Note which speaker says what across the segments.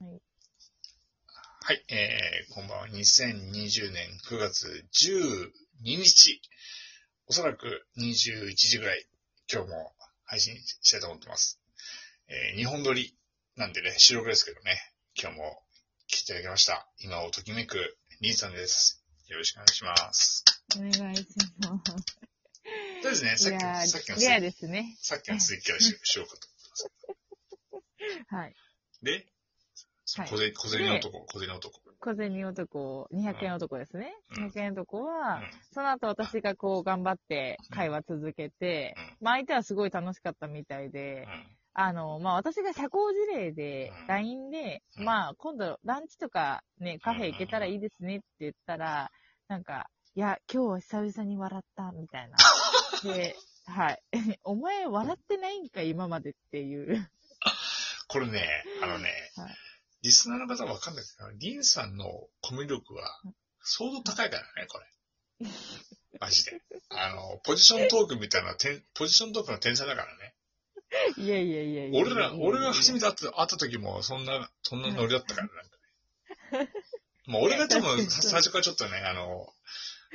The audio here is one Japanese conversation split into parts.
Speaker 1: はい。
Speaker 2: はい、えー、こんばんは。2020年9月12日、おそらく21時ぐらい、今日も配信したいと思ってます。えー、2本撮りなんでね、収録ですけどね、今日も来ていただきました。今をときめくリーさんです。よろしくお願いします。
Speaker 1: お願いします。
Speaker 2: そうですね、さ
Speaker 1: い
Speaker 2: っき
Speaker 1: や
Speaker 2: の、さっきの
Speaker 1: ー、レ
Speaker 2: 続
Speaker 1: ア
Speaker 2: き、
Speaker 1: ですね。
Speaker 2: さっきの続きから ししようかと。
Speaker 1: はい。
Speaker 2: で、その
Speaker 1: はい
Speaker 2: 小銭、小銭の男、小銭の男。
Speaker 1: 小銭男、200円男ですね。
Speaker 2: うん
Speaker 1: 200円男
Speaker 2: うん
Speaker 1: は、。その後私がこう頑張って会話続けて、まあ相手はすごい楽しかったみたいうで、
Speaker 2: ん。
Speaker 1: あの、まあ私が社交辞令で
Speaker 2: うん
Speaker 1: LINE で、
Speaker 2: うん
Speaker 1: まあ今度ランチとかね、カフェ行けたらいいですねって言ったら、なんか、いや、今日は久々に笑ったみたいな。で、はい。 お前笑ってないんか今までっていう。
Speaker 2: これね、あのね、
Speaker 1: はい
Speaker 2: リスナーの方はわかんないですけど、リンさんのコミュ力は相当高いからね、これ。 マジで。あの、ポジショントークみたいなてん、ポジショントークの天才だからね。
Speaker 1: いやいやいやいや。
Speaker 2: 俺ら、俺が初め
Speaker 1: て。
Speaker 2: て会った会った時も、そんな、そんなノリだったから、なんかね。 まあ、俺が多分、さ最初からちょっとね、あの、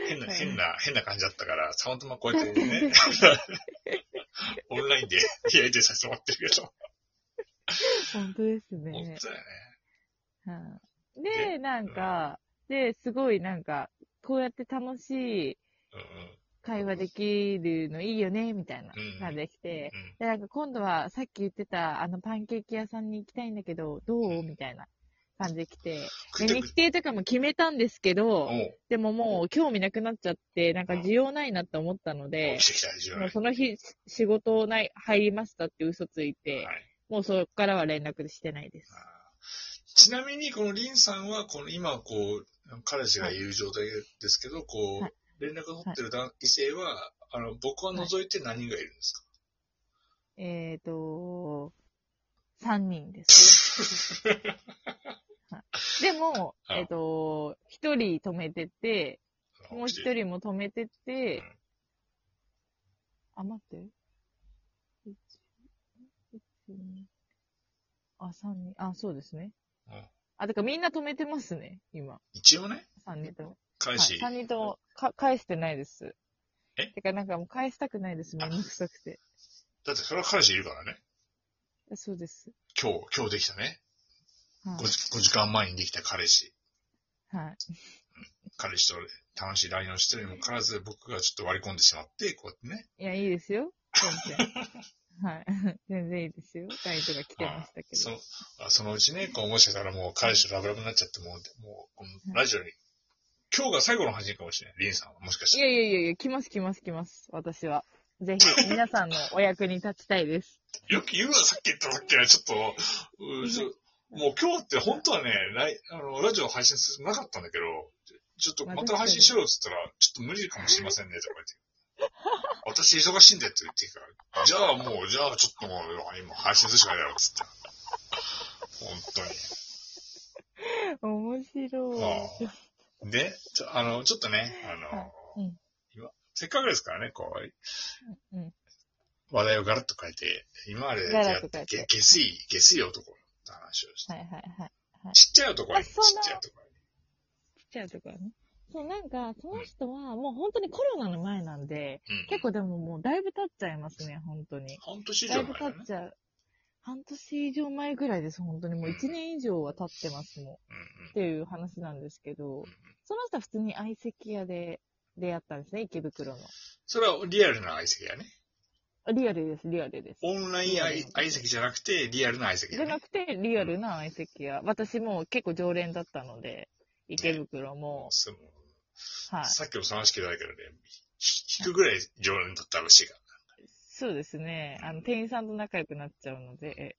Speaker 2: 変な、
Speaker 1: はい
Speaker 2: 変な、変な感じだったから、たまたまこうやってね、 オンラインでやりてさせてもらってるけど、
Speaker 1: 本当です
Speaker 2: 本
Speaker 1: ね。
Speaker 2: 当だよね。
Speaker 1: うんで、なんか、で、すごいなんか、こうやって楽しい
Speaker 2: うん
Speaker 1: 会話できるのいいよね、みたいな
Speaker 2: うん
Speaker 1: 感じできて、
Speaker 2: うん。うん
Speaker 1: で、なんか今度はさっき言ってたあのパンケーキ屋さんに行きたいんだけど、どうみたいな感じで来て、
Speaker 2: 食
Speaker 1: で、
Speaker 2: ってく
Speaker 1: 日程とかも決めたんですけど、
Speaker 2: おう
Speaker 1: でももう興味なくなっちゃって、なんか需要ないなって思ったので
Speaker 2: 起、きてきた、自分
Speaker 1: もうその日仕事ない入りましたって嘘ついて、
Speaker 2: はい
Speaker 1: もうそこからは連絡してないです
Speaker 2: あ。ーちなみに、このリンさんは、この今、こう、彼氏がいる状態ですけど、こ、
Speaker 1: はいう
Speaker 2: 連絡を取ってる男異性は、あの、僕は除いて何人がいるんですか、
Speaker 1: えっ、ー、と、3人です。 はいでも、
Speaker 2: あ
Speaker 1: えっ、と、1人止めてて、
Speaker 2: あの
Speaker 1: もう1人も止めてて、あ、待って。一一二あ、三人。あ、そうですね
Speaker 2: うん。
Speaker 1: あ、だからみんな止めてますね、今。
Speaker 2: 一応ね、
Speaker 1: 3人とも。
Speaker 2: 彼
Speaker 1: はい、
Speaker 2: 氏、
Speaker 1: 3人ともか返してないです。
Speaker 2: え
Speaker 1: てか、なんかもう返したくないです、めんどくさくて。
Speaker 2: だってそれは彼氏いるからね。
Speaker 1: そうです。
Speaker 2: 今日、今日できたね。
Speaker 1: は
Speaker 2: 5, 時間前にできた彼氏。
Speaker 1: い。はい。
Speaker 2: 彼氏と楽しい LINE をしてるにもかかわらず、僕がちょっと割り込んでしまって、こうやってね。
Speaker 1: いや、いいですよ。全然。はい。全然いいですよ。ライトが来てましたけ
Speaker 2: そ
Speaker 1: ど。
Speaker 2: のあそのうちね、こうもしかしたらもう彼氏とラブラブになっちゃって、もう、もうこのラジオに、今日が最後の配信かもしれない、リンさんは。もしかし
Speaker 1: い
Speaker 2: て。
Speaker 1: やいやいやいや、来ます来ます来ます。私は。ぜひ、皆さんのお役に立ちたいです。
Speaker 2: よく言うわ、さっき言ったさっきは、ちょっと、うーちょもう今日って本当はね、ライあのラジオ配信するなかったんだけど、ちょっとまた配信しろっつったら、ちょっと無理かもしれませんね、とか言って。私忙しいんでって言っていいから、じゃあもう、じゃあちょっともう、今配信するしかないだろ、つって。本当に。
Speaker 1: 面白い。
Speaker 2: ああで、ちょ、あの、ちょっとね、あの、
Speaker 1: うんうん
Speaker 2: 今せっかくですからね、こう、
Speaker 1: うん。
Speaker 2: 話題をガラッと変えて、今まで出
Speaker 1: ガ
Speaker 2: 会
Speaker 1: ラッ
Speaker 2: っ
Speaker 1: と
Speaker 2: た
Speaker 1: 変え
Speaker 2: げ
Speaker 1: て
Speaker 2: 下水、下水男の話をして、
Speaker 1: はいはいはい。
Speaker 2: ちっちゃい男に、
Speaker 1: あ
Speaker 2: ちっ
Speaker 1: そうな
Speaker 2: ちゃい男に。
Speaker 1: 来ちゃうとこはね。そう、なんか、その人は、もう本当にコロナの前なんで、
Speaker 2: うん、
Speaker 1: 結構でももうだいぶ経っちゃいますね、本当に。
Speaker 2: 半年以
Speaker 1: だい
Speaker 2: 上
Speaker 1: ぶ
Speaker 2: 前
Speaker 1: 経
Speaker 2: だね
Speaker 1: っ。ちゃう。半年以上前ぐらいです、本当に。もう1年以上は経ってますも
Speaker 2: う
Speaker 1: ん。
Speaker 2: ん
Speaker 1: っていう話なんですけど
Speaker 2: うんうん、
Speaker 1: その人は普通に相席屋で出会ったんですね、池袋の。
Speaker 2: それはリアルな相席やね。
Speaker 1: あリアルです、リアルです。
Speaker 2: オンライン相
Speaker 1: リアル
Speaker 2: 相席じゃなくて、リアルな相席
Speaker 1: じ
Speaker 2: や
Speaker 1: ゃな
Speaker 2: ね。
Speaker 1: くて、リアルな相席屋。私も結構常連だったので、池袋も、
Speaker 2: そう
Speaker 1: はい。
Speaker 2: さっきもその話聞いただけどね、ひ引くぐらい常連だったらしいから。
Speaker 1: そうですね。あの、店員さんと仲良くなっちゃうので。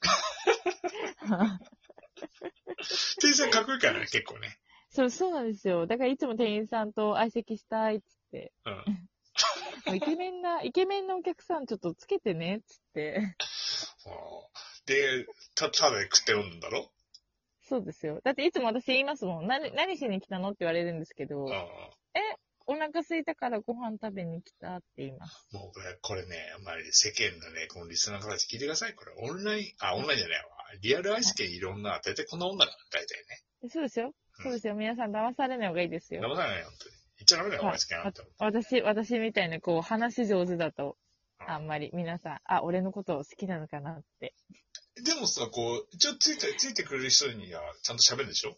Speaker 2: 店員さんかっこいいからね、結構ね。
Speaker 1: そう、そうなんですよ。だからいつも店員さんと相席したいっつって。
Speaker 2: うん。
Speaker 1: もうイケメンな、イケメンのお客さんちょっとつけてねっつって。
Speaker 2: あーで、た、ただで食って飲んだんだろ
Speaker 1: そうですよ。だっていつも私言いますもん。何、何しに来たのって言われるんですけど。
Speaker 2: ああ。
Speaker 1: お腹空いたからご飯食べに来たって言います。
Speaker 2: もうこれ、これね、まあ、世間のね、このリスナーの方たち聞いてください。これ、オンライン、あ、オンラインじゃないわ。リアルアイス券いろんな、大体こんなもんだから、大体
Speaker 1: そうですよ。そうですよ。皆さん騙されない方がいいです
Speaker 2: ね。
Speaker 1: よ。
Speaker 2: 騙されないよ、本当に。言っちゃダメだよ、
Speaker 1: はい
Speaker 2: アイス券なんて。
Speaker 1: 私、私みたいな、こう、話上手だと、あん
Speaker 2: うん
Speaker 1: まり皆さん、あ、俺のことを好きなのかなって。
Speaker 2: でもさ、こう、一応ついて、ついてくれる人には、ちゃんと喋るでしょ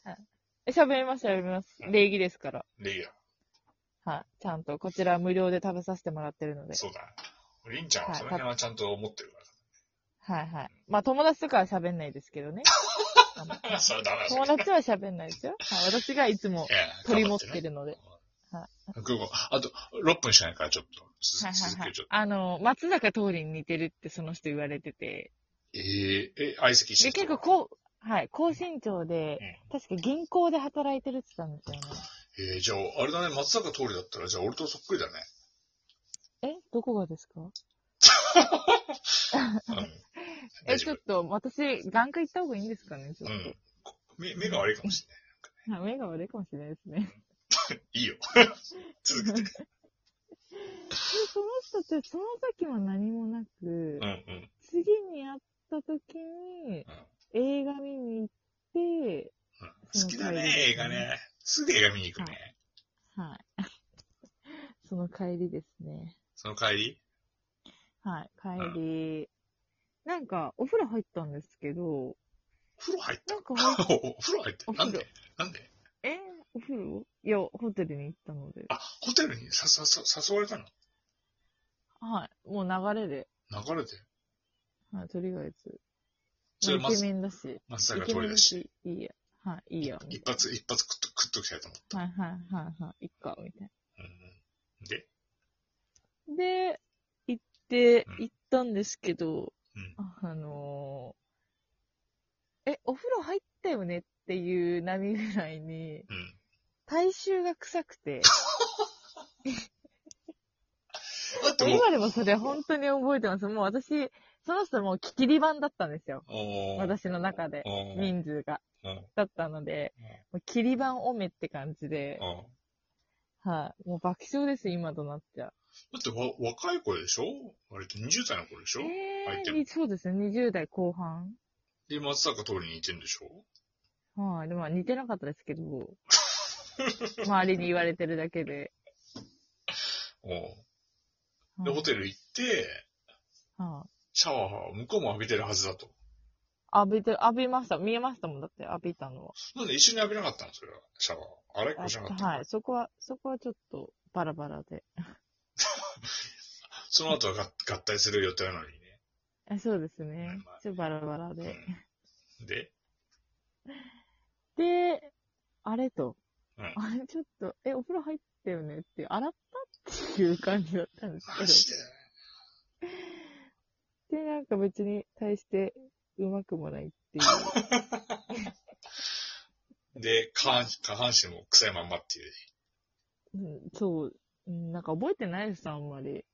Speaker 1: え喋ります、喋ります。礼儀ですから。
Speaker 2: レギュラ
Speaker 1: はい。ちゃんと、こちら無料で食べさせてもらってるの
Speaker 2: ー。
Speaker 1: で。
Speaker 2: そうだ。りんちゃんは
Speaker 1: はい
Speaker 2: その辺はちゃんと思ってるか
Speaker 1: はいはい。まあ、友達とかは喋んないですけ どね。あの
Speaker 2: ら。それはダメだ
Speaker 1: 友達は喋んないですよ。はい。私がいつも取り持ってるので。
Speaker 2: 空港。あと、6分しかないから、ちょっと、つ
Speaker 1: はいはい
Speaker 2: 続
Speaker 1: は
Speaker 2: け
Speaker 1: い
Speaker 2: るちょっ。
Speaker 1: あの、松坂桃李に似てるってその人言われてて。
Speaker 2: と。えー、え、相席して
Speaker 1: で、
Speaker 2: る人
Speaker 1: 結構こう、はい、高身長で、確か銀行で働いてるって言ってたんですよ
Speaker 2: えー、じゃあ、あれだね、松坂通りだったら、じゃあ俺とそっくりだね。
Speaker 1: ね。えどこがですか
Speaker 2: うん。
Speaker 1: え、
Speaker 2: 大
Speaker 1: ち
Speaker 2: 丈
Speaker 1: ょっと、私、眼科行った方がいいんですかねちょ
Speaker 2: 夫。
Speaker 1: っ
Speaker 2: うん。こ目、目が悪いかもしれない。
Speaker 1: と。目が悪いかもしれないですね。
Speaker 2: いいよ。続けて。
Speaker 1: でその人って、その時は何もなく
Speaker 2: うん、うん。
Speaker 1: 次に会った時に、映画見に行って、
Speaker 2: 好きだね、映画ね。すぐ映画見に行くね。
Speaker 1: はい。 その帰りですね。
Speaker 2: その帰り
Speaker 1: はい、帰り。なんか、お風呂入ったんですけど、
Speaker 2: お風呂入っ
Speaker 1: なんか、
Speaker 2: た。 お風呂入った。
Speaker 1: お
Speaker 2: な
Speaker 1: 風
Speaker 2: ん
Speaker 1: 呂
Speaker 2: でなんで
Speaker 1: えお風呂いや、ホテルに行ったので。
Speaker 2: あ、ホテルにさささ誘われたの
Speaker 1: はい。もう流れで。
Speaker 2: 流れて。
Speaker 1: はい、とりあえず。
Speaker 2: それ
Speaker 1: まあイケ
Speaker 2: 松
Speaker 1: メンだし。
Speaker 2: 松
Speaker 1: イ
Speaker 2: 坂
Speaker 1: ケ
Speaker 2: 通
Speaker 1: メ
Speaker 2: り
Speaker 1: ン
Speaker 2: だ
Speaker 1: だ
Speaker 2: し。
Speaker 1: し、いいや。はい、いいや。み
Speaker 2: 一
Speaker 1: たい
Speaker 2: 発、一発食っと食っときたいと思った。
Speaker 1: なはいはいはいはい。いっか、みたい
Speaker 2: うん、で、
Speaker 1: な。で、行って
Speaker 2: うん、
Speaker 1: 行ったんですけど、
Speaker 2: うん。
Speaker 1: あのーえ、お風呂入ったよねっていう波ぐらい
Speaker 2: う
Speaker 1: に、
Speaker 2: ん。
Speaker 1: 体臭が臭くて、
Speaker 2: だってもう、
Speaker 1: 今でもそれ本当に覚えてます。もう私、その人もう聞きり版だったんですよ。
Speaker 2: おー
Speaker 1: 私の中で、
Speaker 2: おー
Speaker 1: 人数が。
Speaker 2: うん
Speaker 1: だったので、もう切り板おめって感じで、
Speaker 2: うん
Speaker 1: はい、もう爆笑です、今となっちゃ。
Speaker 2: だってわ若い子でしょ割と20代の子でしょ相
Speaker 1: え
Speaker 2: 手
Speaker 1: ー
Speaker 2: も
Speaker 1: にそうですね、20代後半。
Speaker 2: で、松坂通りにいてんでしょ
Speaker 1: はい、でもまあ似てなかったです けど、周りに言われてるだけで。
Speaker 2: おーで、ホテ
Speaker 1: ル
Speaker 2: ル行って、
Speaker 1: はい
Speaker 2: シャワー、向こうも浴びてるはずだと。
Speaker 1: 浴びて、浴びました。見えましたもん、だって浴びたのは。
Speaker 2: なんで一緒に浴びなかったのそれは。シャワー。あれっこしなかったの
Speaker 1: はい、そこは、そこはちょっとバラバラで。
Speaker 2: その後はが合体する予定なのにね。
Speaker 1: えそうですね。ちょっとバラバラで。
Speaker 2: うんで、
Speaker 1: で、あれと、
Speaker 2: うん
Speaker 1: あれちょっと、え、お風呂入ったよねって、洗ったっていう感じだったんですけ
Speaker 2: マ
Speaker 1: ど。
Speaker 2: ジで。
Speaker 1: で、なんか別に対してうまくもないっていう。
Speaker 2: で、下半下半身も臭いまんまっていう。
Speaker 1: うん、そう、うんなんか覚えてないです、あんまり。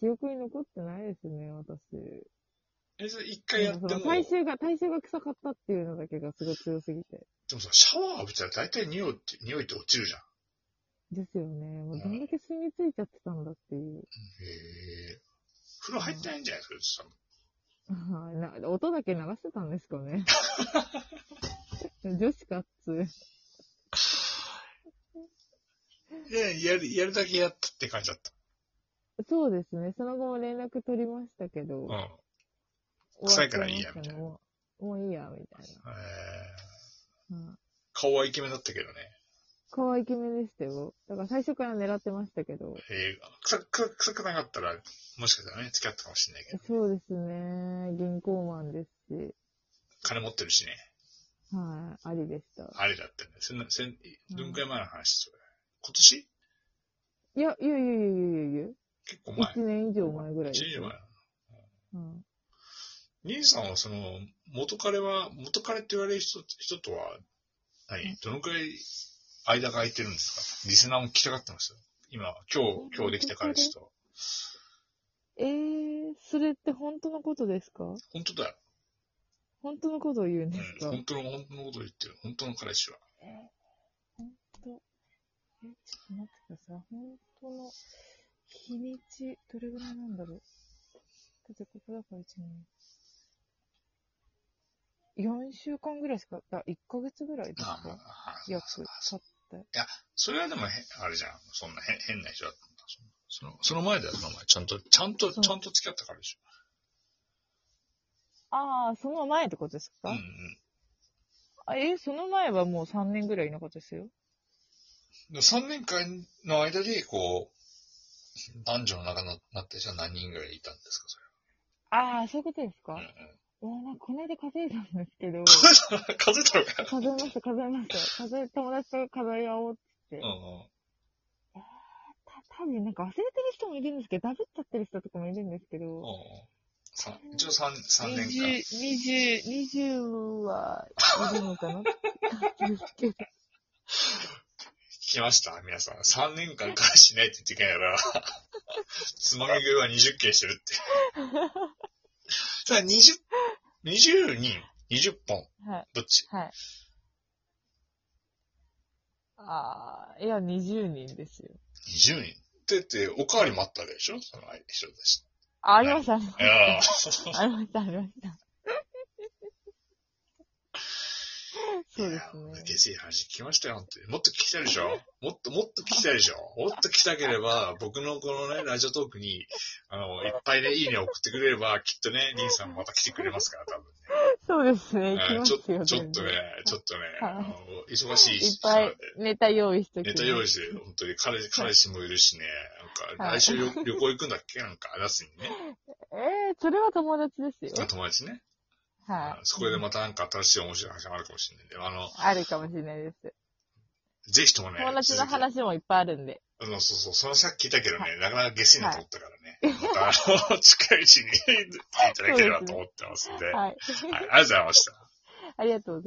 Speaker 1: 記憶に残ってないですね、私。
Speaker 2: えーえ、それ一回やっても、
Speaker 1: なんかその体臭が、体臭が臭かったっていうのだけがすごい強すぎて。
Speaker 2: でもさ、シャワー浴びたら大体匂いって、匂いって落ちるじゃん。
Speaker 1: ですよね。もうどんだけ染みついちゃってたんだってい
Speaker 2: へ
Speaker 1: う。
Speaker 2: え。風呂入ってないんじゃないですか、それ
Speaker 1: はいな音だけ流してたんですか ね。女子かっつ。
Speaker 2: で、やる、やるだけやったって感じだった。
Speaker 1: そうですね。その後も連絡取りましたけ
Speaker 2: う
Speaker 1: ど。
Speaker 2: ん。臭いからいいやみたいな
Speaker 1: もうもういいや、みたい
Speaker 2: えー、
Speaker 1: な。うん
Speaker 2: 顔はイケメンだったけどね。
Speaker 1: 可愛いイケメンでしたよ。だから最初から狙ってましたけど。
Speaker 2: えー、臭く、臭く臭くなかったら、もしかしたらね、付き合ったかもしれないけど。
Speaker 1: そうですね。銀行マンですし。
Speaker 2: 金持ってるしね。
Speaker 1: はい、ありでした。
Speaker 2: あれだったね。そんな、せん、
Speaker 1: ん
Speaker 2: どんくらい前の話それ。今年
Speaker 1: いや、いやいやいやいやいやいや。
Speaker 2: 結構前。
Speaker 1: 1年以上前ぐらいです
Speaker 2: 1年前。
Speaker 1: うん。
Speaker 2: 兄さんはその、元彼は、元彼って言われる人、人とは、
Speaker 1: う
Speaker 2: 何
Speaker 1: ん
Speaker 2: どのくらい間が空いてるんですかリスナーも聞きたがってますよ。今、今日、今日できた彼氏と。
Speaker 1: えー、それって本当のことですか
Speaker 2: 本当だよ。
Speaker 1: 本当のことを言うんです
Speaker 2: う
Speaker 1: か、
Speaker 2: ん。本当の、本当のことを言ってる。本当の彼氏は。
Speaker 1: えー、本当。え、ちょっと待ってください。本当の日にち、どれぐらいなんだろう。だってここだから1年。 4週間ぐらいしか、だ1ヶ月ぐらいです
Speaker 2: あまあ
Speaker 1: か、
Speaker 2: はい
Speaker 1: 約、経
Speaker 2: そ
Speaker 1: って。
Speaker 2: それはでもへ、あれじゃん。そんなへ変な人だったんだ。そんなその、その前だよ、その前。ちゃんと、ちゃんと、
Speaker 1: そう
Speaker 2: ちゃんと付き合ったからでし
Speaker 1: ああ、その前ってことです
Speaker 2: ょ。
Speaker 1: か、
Speaker 2: うんうん。
Speaker 1: あえ、その前はもう3年ぐらいいなかったですよ。
Speaker 2: で3年間の間で、こう、男女の仲になった人は何人ぐらいいたんですか、そ
Speaker 1: ああ、そういうことですか、
Speaker 2: れ。うん
Speaker 1: わあなんかこの間数えたんですけど、
Speaker 2: うん。数えたのかよ。
Speaker 1: 数えました、数えました。数え、友達と数え合 おうって言って。
Speaker 2: うんうん。
Speaker 1: た多分なんか忘れてる人もいるんですけど、ダブっちゃってる人とかもいるんですけど、
Speaker 2: さん一応三三年間。
Speaker 1: 20、20、20はいるのかなですけど
Speaker 2: 来ました皆さん。三年間彼氏いないって言ってたや ら、つまみ食いは20件してるって。 さあ、20、20人、20本、
Speaker 1: はい、
Speaker 2: どっち
Speaker 1: はい。ああ、いや、20人ですよ。
Speaker 2: ?20 人。だって、おかわりもあったわけでしょその人たち。
Speaker 1: あ、ありました、ありまし
Speaker 2: いやー
Speaker 1: た。ありました、ありました。そうで
Speaker 2: いや
Speaker 1: すね。
Speaker 2: 嬉しい話聞きましたよ、本当に。もっと聞きたいでしょもっと、もっと聞きたいでしょもっと聞きたければ、僕のこのね、ラジオトークに、あの、いっぱいね、いいね送ってくれれば、きっとね、リンさんもまた来てくれますから、多分ね。
Speaker 1: そうですね、行き
Speaker 2: えー
Speaker 1: ま
Speaker 2: ちょ
Speaker 1: すよ、
Speaker 2: ちょっとね
Speaker 1: 全然。、
Speaker 2: ちょっとね、
Speaker 1: はい
Speaker 2: あの忙しい
Speaker 1: いっ
Speaker 2: し、
Speaker 1: ぱいネタ用意しとき
Speaker 2: ネ
Speaker 1: ます
Speaker 2: タ用意して、本当に彼彼氏もいるしね、なんか、
Speaker 1: は
Speaker 2: 来
Speaker 1: い
Speaker 2: 週旅 旅行行くんだっけなんか、夏にね、
Speaker 1: ええそれは友達ですよ。
Speaker 2: 友達ね、
Speaker 1: はい。
Speaker 2: そこでまたなんか新しい面白い話があるかもしれないんで、あの、
Speaker 1: あるかもしれないです。
Speaker 2: ぜひともね、
Speaker 1: 友達の
Speaker 2: 続き
Speaker 1: 話もいっぱいあるんで。
Speaker 2: あの、そうそう、そのさっき聞いたけどね、なかなか下水なと思ったからね、また、あの、近いうちに来ていただければと思ってますんで、はい、
Speaker 1: は
Speaker 2: あ
Speaker 1: い。
Speaker 2: りがとうございました。
Speaker 1: ありがとうございます。